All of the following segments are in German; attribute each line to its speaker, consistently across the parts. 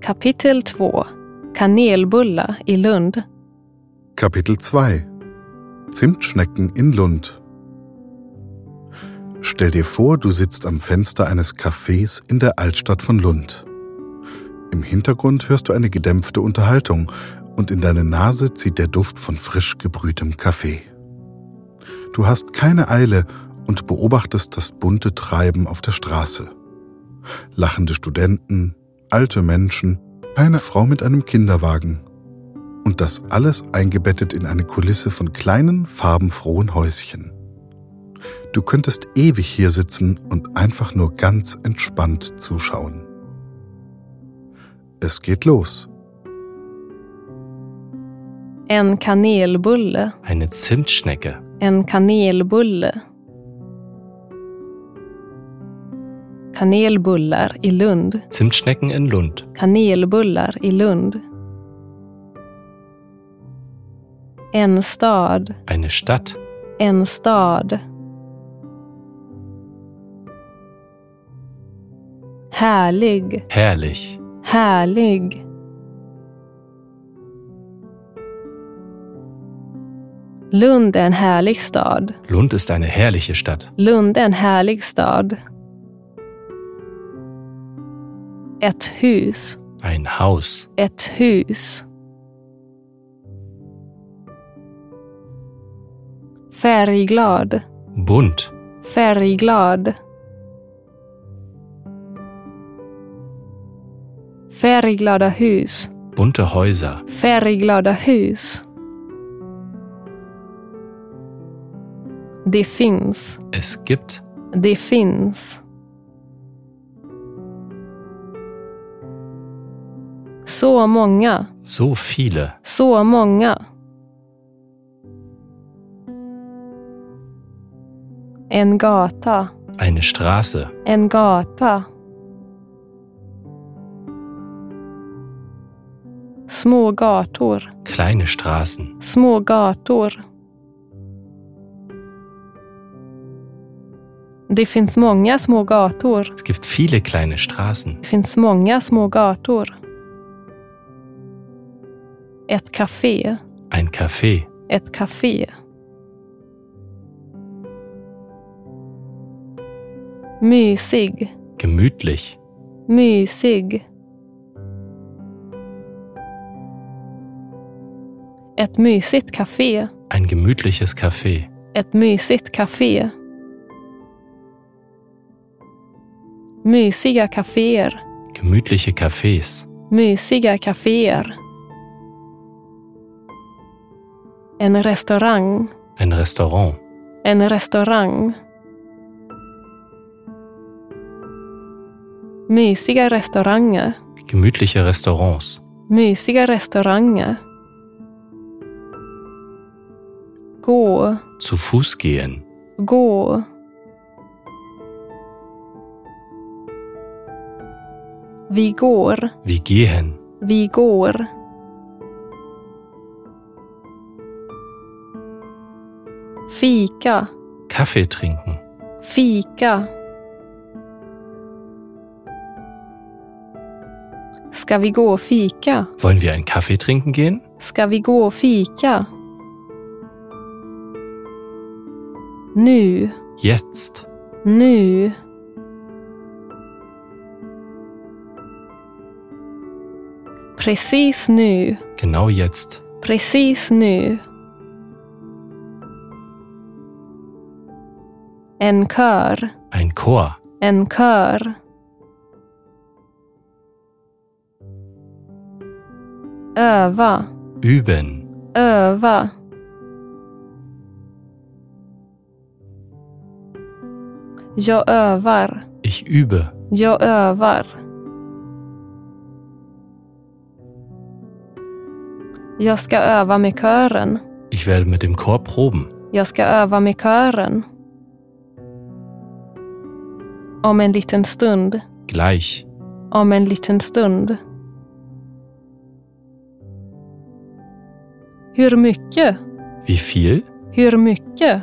Speaker 1: Kapitel 2 Kanelbullar i Lund
Speaker 2: Kapitel 2 Zimtschnecken in Lund Stell dir vor, du sitzt am Fenster eines Cafés in der Altstadt von Lund. Im Hintergrund hörst du eine gedämpfte Unterhaltung und in deine Nase zieht der Duft von frisch gebrühtem Kaffee. Du hast keine Eile und beobachtest das bunte Treiben auf der Straße. Lachende Studenten, alte Menschen, eine Frau mit einem Kinderwagen. Und das alles eingebettet in eine Kulisse von kleinen, farbenfrohen Häuschen. Du könntest ewig hier sitzen und einfach nur ganz entspannt zuschauen. Es geht los.
Speaker 1: En kanelbulle
Speaker 3: Eine Zimtschnecke.
Speaker 1: En kanelbulle Kanelbullar i Lund
Speaker 3: Zimtschnecken in Lund.
Speaker 1: Kanelbullar i Lund En stad
Speaker 3: Eine Stadt.
Speaker 1: En stad Härlig
Speaker 3: Herrlich.
Speaker 1: Härlig. Lund är en härlig stad.
Speaker 3: Lund ist eine herrliche Stadt.
Speaker 1: Lund är en härlig stad. Ett hus.
Speaker 3: Ein Haus.
Speaker 1: Ett hus. Färgglad.
Speaker 3: Bunt.
Speaker 1: Färgglad. Färgglada hus.
Speaker 3: Bunte Häuser.
Speaker 1: Färgglada hus. Det finns.
Speaker 3: Es gibt
Speaker 1: Det finns. Så många.
Speaker 3: so viele.
Speaker 1: Så många. En gata.
Speaker 3: Eine Straße.
Speaker 1: En gata. Små gator.
Speaker 3: Kleine Straßen.
Speaker 1: Små gator. Det finns många små gator.
Speaker 3: Es gibt viele kleine Straßen.
Speaker 1: Det finns många små gator. Ett café.
Speaker 3: Ein Café.
Speaker 1: Ett café. Mysig.
Speaker 3: Gemütlich.
Speaker 1: Mysig. Ett mysigt café.
Speaker 3: Ein gemütliches Café.
Speaker 1: Ett mysigt café. Mysiga kaféer.
Speaker 3: Gemütliche Cafés.
Speaker 1: Mysiga kaféer. En restaurang.
Speaker 3: Ein Restaurant.
Speaker 1: En restaurang. Mysiga restauranger.
Speaker 3: Gemütliche Restaurants.
Speaker 1: Mysiga restauranger. Gå.
Speaker 3: Zu Fuß gehen.
Speaker 1: Gå. Vi går.
Speaker 3: Wir gehen.
Speaker 1: Vi går. Fika.
Speaker 3: Kaffee trinken.
Speaker 1: Fika. Ska vi gå och fika?
Speaker 3: Wollen wir einen Kaffee trinken gehen?
Speaker 1: Ska vi gå och fika? Nu.
Speaker 3: Jetzt.
Speaker 1: Nu. Precis nu.
Speaker 3: Genau jetzt.
Speaker 1: Precis nu. En kör.
Speaker 3: Ein Chor.
Speaker 1: En kör. Öva.
Speaker 3: Üben.
Speaker 1: Öva. Jag övar.
Speaker 3: Ich übe.
Speaker 1: Jag övar. Jag ska öva med kören.
Speaker 3: Ich werde mit dem Chor proben.
Speaker 1: Jag ska öva med kören. Om en liten stund.
Speaker 3: Gleich.
Speaker 1: Om en liten stund. Hur mycket?
Speaker 3: Wie viel?
Speaker 1: Hur mycket?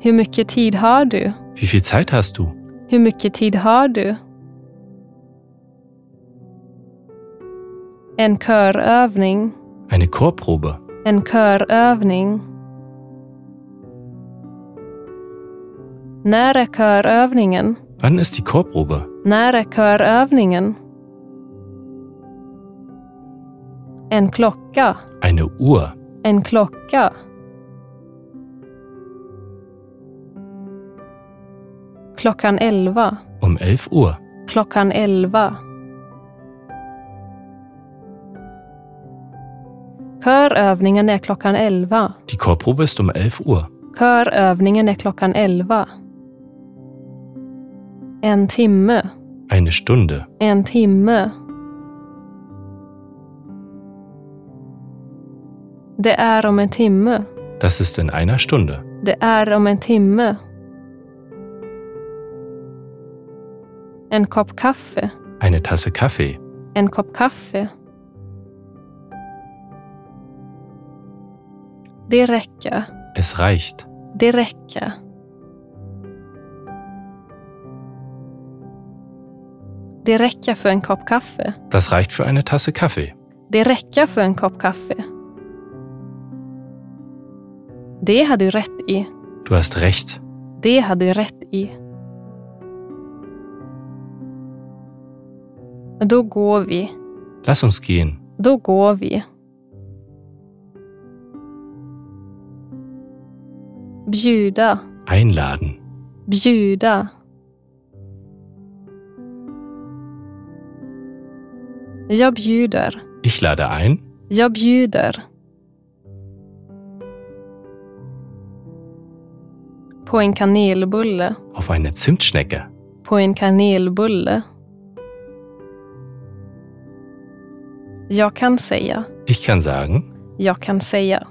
Speaker 1: Hur mycket tid har du?
Speaker 3: Wie viel Zeit hast du?
Speaker 1: Hur mycket tid har du? En körövning.
Speaker 3: Eine Chorprobe.
Speaker 1: En körövning. När är körövningen?
Speaker 3: Wann ist die Chorprobe?
Speaker 1: När är körövningen? En klocka.
Speaker 3: Eine Uhr.
Speaker 1: En klocka. Klockan elva.
Speaker 3: Um 11 Uhr.
Speaker 1: Klockan elva. Körövningen är klockan elva.
Speaker 3: Die Chorprobe ist um 11 Uhr.
Speaker 1: Körövningen är klockan elva. En timme.
Speaker 3: Eine Stunde.
Speaker 1: En timme. Det är om en timme.
Speaker 3: Das ist in einer Stunde.
Speaker 1: Det är om en timme. En kopp kaffe.
Speaker 3: Eine Tasse Kaffee.
Speaker 1: En kopp kaffe. Det räcker.
Speaker 3: Es reicht.
Speaker 1: Det räcker. Det räcker för en kopp kaffe.
Speaker 3: Das reicht für eine Tasse Kaffee.
Speaker 1: Det räcker för en kopp kaffe. Det hade du rätt i.
Speaker 3: Du hast recht.
Speaker 1: Det hade du rätt i. Då går vi.
Speaker 3: Lass uns gehen.
Speaker 1: Då går vi. Bjuda,
Speaker 3: Einladen.
Speaker 1: bjuda. Jag bjuder,
Speaker 3: Ich lade ein.
Speaker 1: jag bjuder. På en kanelbulle,
Speaker 3: Auf eine Zimtschnecke.
Speaker 1: på en kanelbulle. Jag kan säga.
Speaker 3: Ich kann sagen,
Speaker 1: Jag kan säga.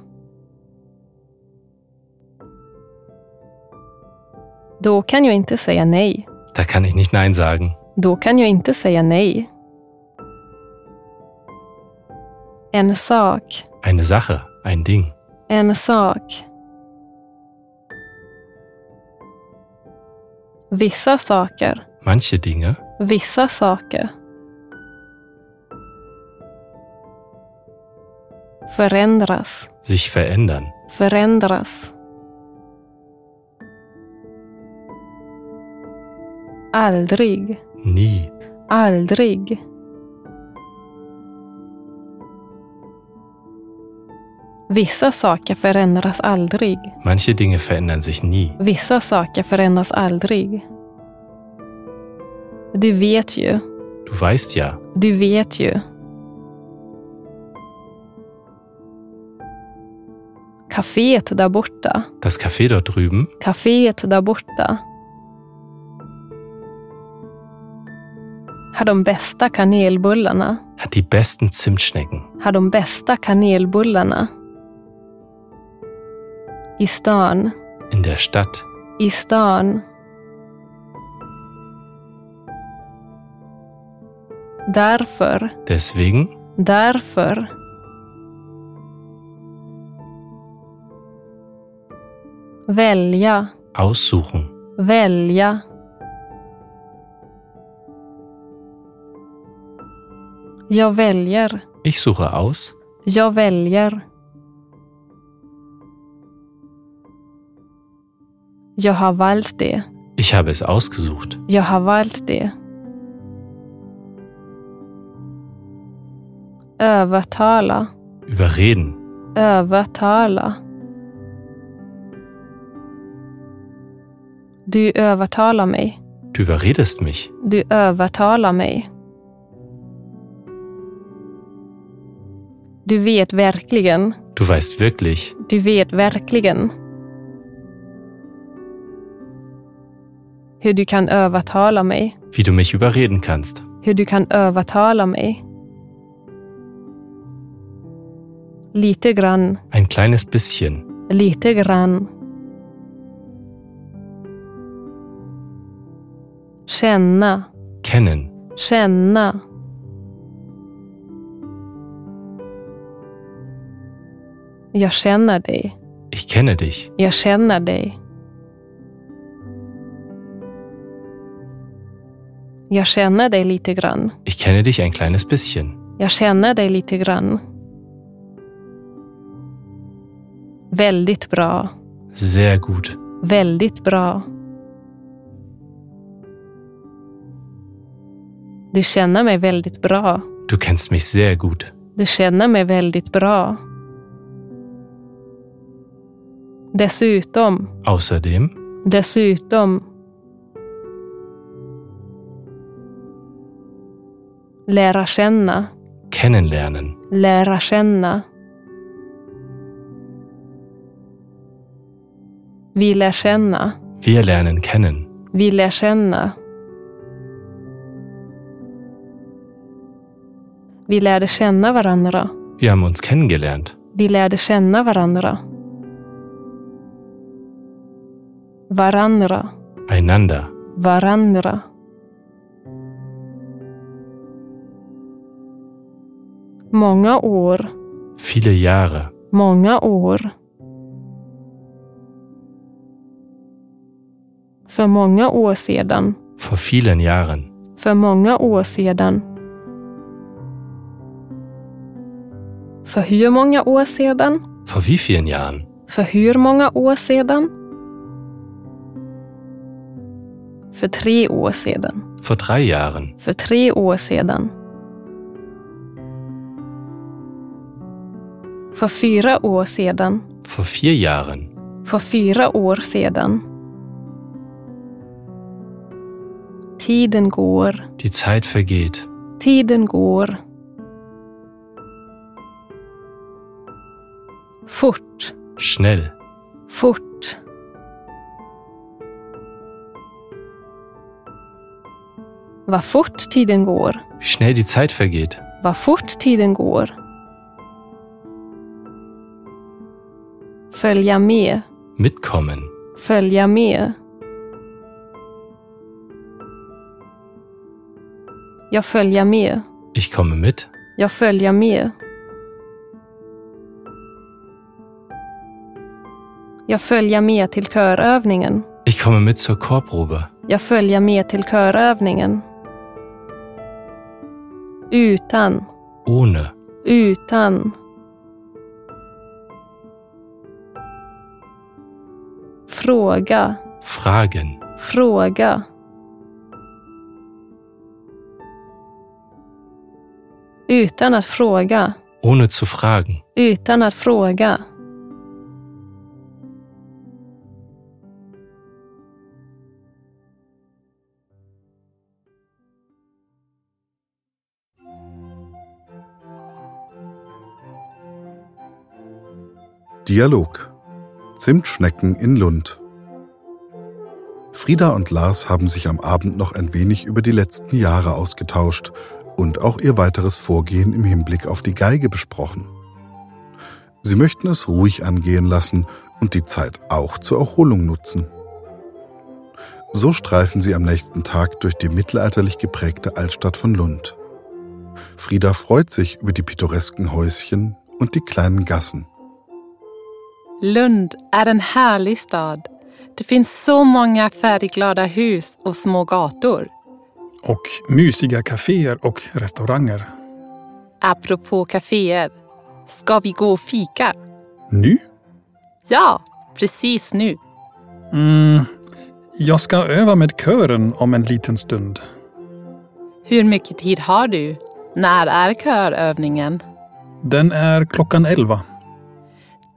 Speaker 1: Då kan jag inte säga nej.
Speaker 3: da kann ich nicht Nein sagen.
Speaker 1: Då kan jag inte säga nej. En sak.
Speaker 3: Eine Sache. Ein Ding.
Speaker 1: En sak. Vissa saker.
Speaker 3: Manche Dinge.
Speaker 1: Vissa saker. Förändras.
Speaker 3: Sich verändern.
Speaker 1: förändras. Aldrig,
Speaker 3: Nie.
Speaker 1: aldrig. Vissa saker förändras aldrig.
Speaker 3: Manche Dinge verändern sich nie.
Speaker 1: Vissa saker förändras aldrig. Du vet ju,
Speaker 3: Du weißt ja.
Speaker 1: du vet ju. Caféet där borta.
Speaker 3: Das Café dort drüben.
Speaker 1: Caféet där borta har de bästa kanelbullarna.
Speaker 3: hat die besten Zimtschnecken.
Speaker 1: Har de bästa kanelbullarna. I stan,
Speaker 3: In der Stadt.
Speaker 1: i stan. Därför,
Speaker 3: Deswegen
Speaker 1: därför. Välja.
Speaker 3: aussuchen.
Speaker 1: Välja. Jag väljer.
Speaker 3: Ich suche aus.
Speaker 1: Jag väljer. Jag har valt det.
Speaker 3: Ich habe es ausgesucht.
Speaker 1: Jag har valt det. Övertala.
Speaker 3: Überreden.
Speaker 1: Övertala. Du övertalar mig.
Speaker 3: Du überredest mich.
Speaker 1: Du övertalar mig. Du vet verkligen.
Speaker 3: Du weißt wirklich.
Speaker 1: Du vet verkligen. Hur du kan övertala mig.
Speaker 3: wie du mich überreden kannst.
Speaker 1: Hur du kan övertala mig. Lite grann.
Speaker 3: Ein kleines bisschen.
Speaker 1: Lite grann. Känna.
Speaker 3: Kennen.
Speaker 1: Känna. Jag känner dig.
Speaker 3: Ich kenne dich.
Speaker 1: Jag känner dig. Jag känner dig lite grann.
Speaker 3: Ich kenne dich ein kleines bisschen.
Speaker 1: Jag känner dig lite grann. Väldigt bra.
Speaker 3: Sehr gut.
Speaker 1: Väldigt bra. Du känner mig väldigt bra.
Speaker 3: Du kennst mich sehr gut.
Speaker 1: Du känner mig väldigt bra. Dessutom,
Speaker 3: Außerdem,
Speaker 1: dessutom. Lära känna,
Speaker 3: kennenlernen.
Speaker 1: lära känna. Vi lär känna,
Speaker 3: Wir lernen kennen.
Speaker 1: vi lär känna. Vi lärde känna varandra.
Speaker 3: Wir haben uns kennengelernt.
Speaker 1: Vi lärde känna varandra. Varandra,
Speaker 3: Einander.
Speaker 1: varandra. Många år,
Speaker 3: Viele Jahre.
Speaker 1: många år. För många år sedan,
Speaker 3: Vor vielen Jahren.
Speaker 1: för många år sedan. För hur många år sedan?
Speaker 3: Vor wie vielen Jahren?
Speaker 1: För hur många år sedan? För tre år sedan.
Speaker 3: Vor drei Jahren.
Speaker 1: För tre år sedan. För fyra år sedan.
Speaker 3: Vor vier Jahren.
Speaker 1: För fyra år sedan. Tiden går.
Speaker 3: Die Zeit vergeht.
Speaker 1: Tiden går. Fort.
Speaker 3: Schnell.
Speaker 1: Fort. Vad fort tiden går.
Speaker 3: Wie schnell die Zeit vergeht.
Speaker 1: Vad fort tiden går. Följa med.
Speaker 3: Mitkommen.
Speaker 1: Följa med. Jag följer med.
Speaker 3: Ich komme mit.
Speaker 1: Jag följer med. Jag följer med till körövningen.
Speaker 3: Ich komme mit zur Chorprobe.
Speaker 1: Jag följer med till körövningen. Utan,
Speaker 3: Ohne.
Speaker 1: utan. Fråga,
Speaker 3: Fragen.
Speaker 1: fråga. Utan att fråga,
Speaker 3: Ohne zu fragen.
Speaker 1: utan att fråga.
Speaker 2: Dialog. Zimtschnecken in Lund. Frieda und Lars haben sich am Abend noch ein wenig über die letzten Jahre ausgetauscht und auch ihr weiteres Vorgehen im Hinblick auf die Geige besprochen. Sie möchten es ruhig angehen lassen und die Zeit auch zur Erholung nutzen. So streifen sie am nächsten Tag durch die mittelalterlich geprägte Altstadt von Lund. Frieda freut sich über die pittoresken Häuschen und die kleinen Gassen.
Speaker 4: Lund är en härlig stad. Det finns så många färgglada hus och små gator.
Speaker 5: och mysiga kaféer och restauranger.
Speaker 4: Apropå kaféer, ska vi gå och fika?
Speaker 5: Nu?
Speaker 4: Ja, precis nu.
Speaker 5: Mm, jag ska öva med kören om en liten stund.
Speaker 4: Hur mycket tid har du? När är körövningen?
Speaker 5: Den är klockan elva.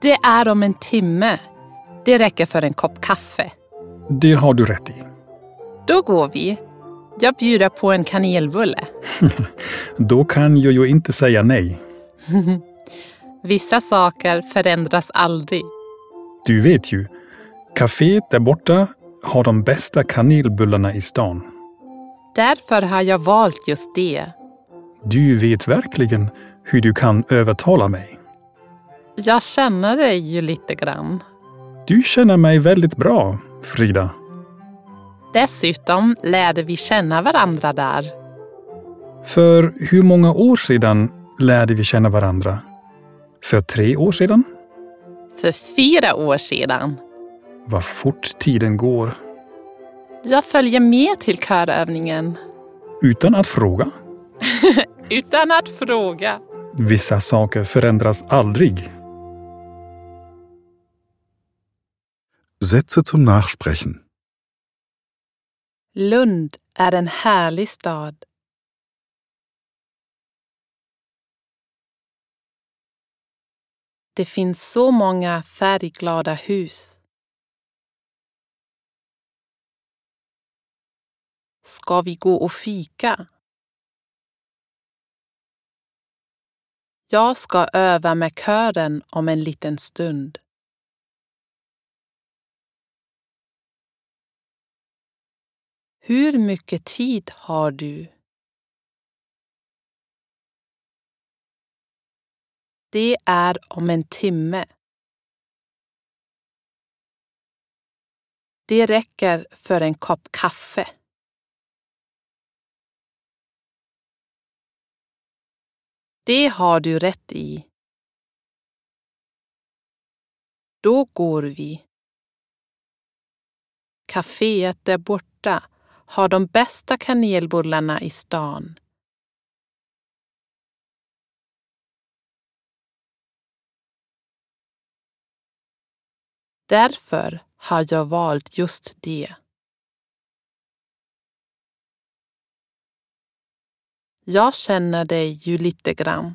Speaker 4: Det är om en timme. Det räcker för en kopp kaffe.
Speaker 5: Det har du rätt i.
Speaker 4: Då går vi. Jag bjuder på en kanelbulle.
Speaker 5: Då kan jag ju inte säga nej.
Speaker 4: Vissa saker förändras aldrig.
Speaker 5: Du vet ju, kaféet där borta har de bästa kanelbullarna i stan.
Speaker 4: Därför har jag valt just det.
Speaker 5: Du vet verkligen hur du kan övertala mig.
Speaker 4: Jag känner dig ju lite grann.
Speaker 5: Du känner mig väldigt bra, Frida.
Speaker 4: Dessutom lärde vi känna varandra där.
Speaker 5: För hur många år sedan lärde vi känna varandra? För tre år sedan?
Speaker 4: För fyra år sedan.
Speaker 5: Vad fort tiden går.
Speaker 4: Jag följer med till körövningen.
Speaker 5: utan att fråga.
Speaker 4: Utan att fråga.
Speaker 5: Vissa saker förändras aldrig.
Speaker 2: Sätze zum Nachsprechen.
Speaker 4: Lund är en härlig stad. Det finns så många färgglada hus. Ska vi gå och fika? Jag ska öva med kören om en liten stund. Hur mycket tid har du? Det är om en timme. Det räcker för en kopp kaffe. Det har du rätt i. Då går vi. Caféet där borta har de bästa kanelbullarna i stan. Därför har jag valt just det. Jag känner dig ju lite grann.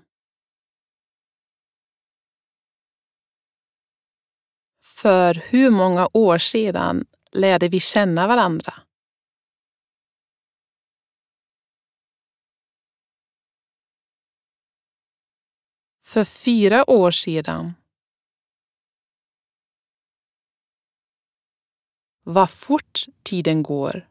Speaker 4: För hur många år sedan lärde vi känna varandra? För fyra år sedan. Vad fort tiden går.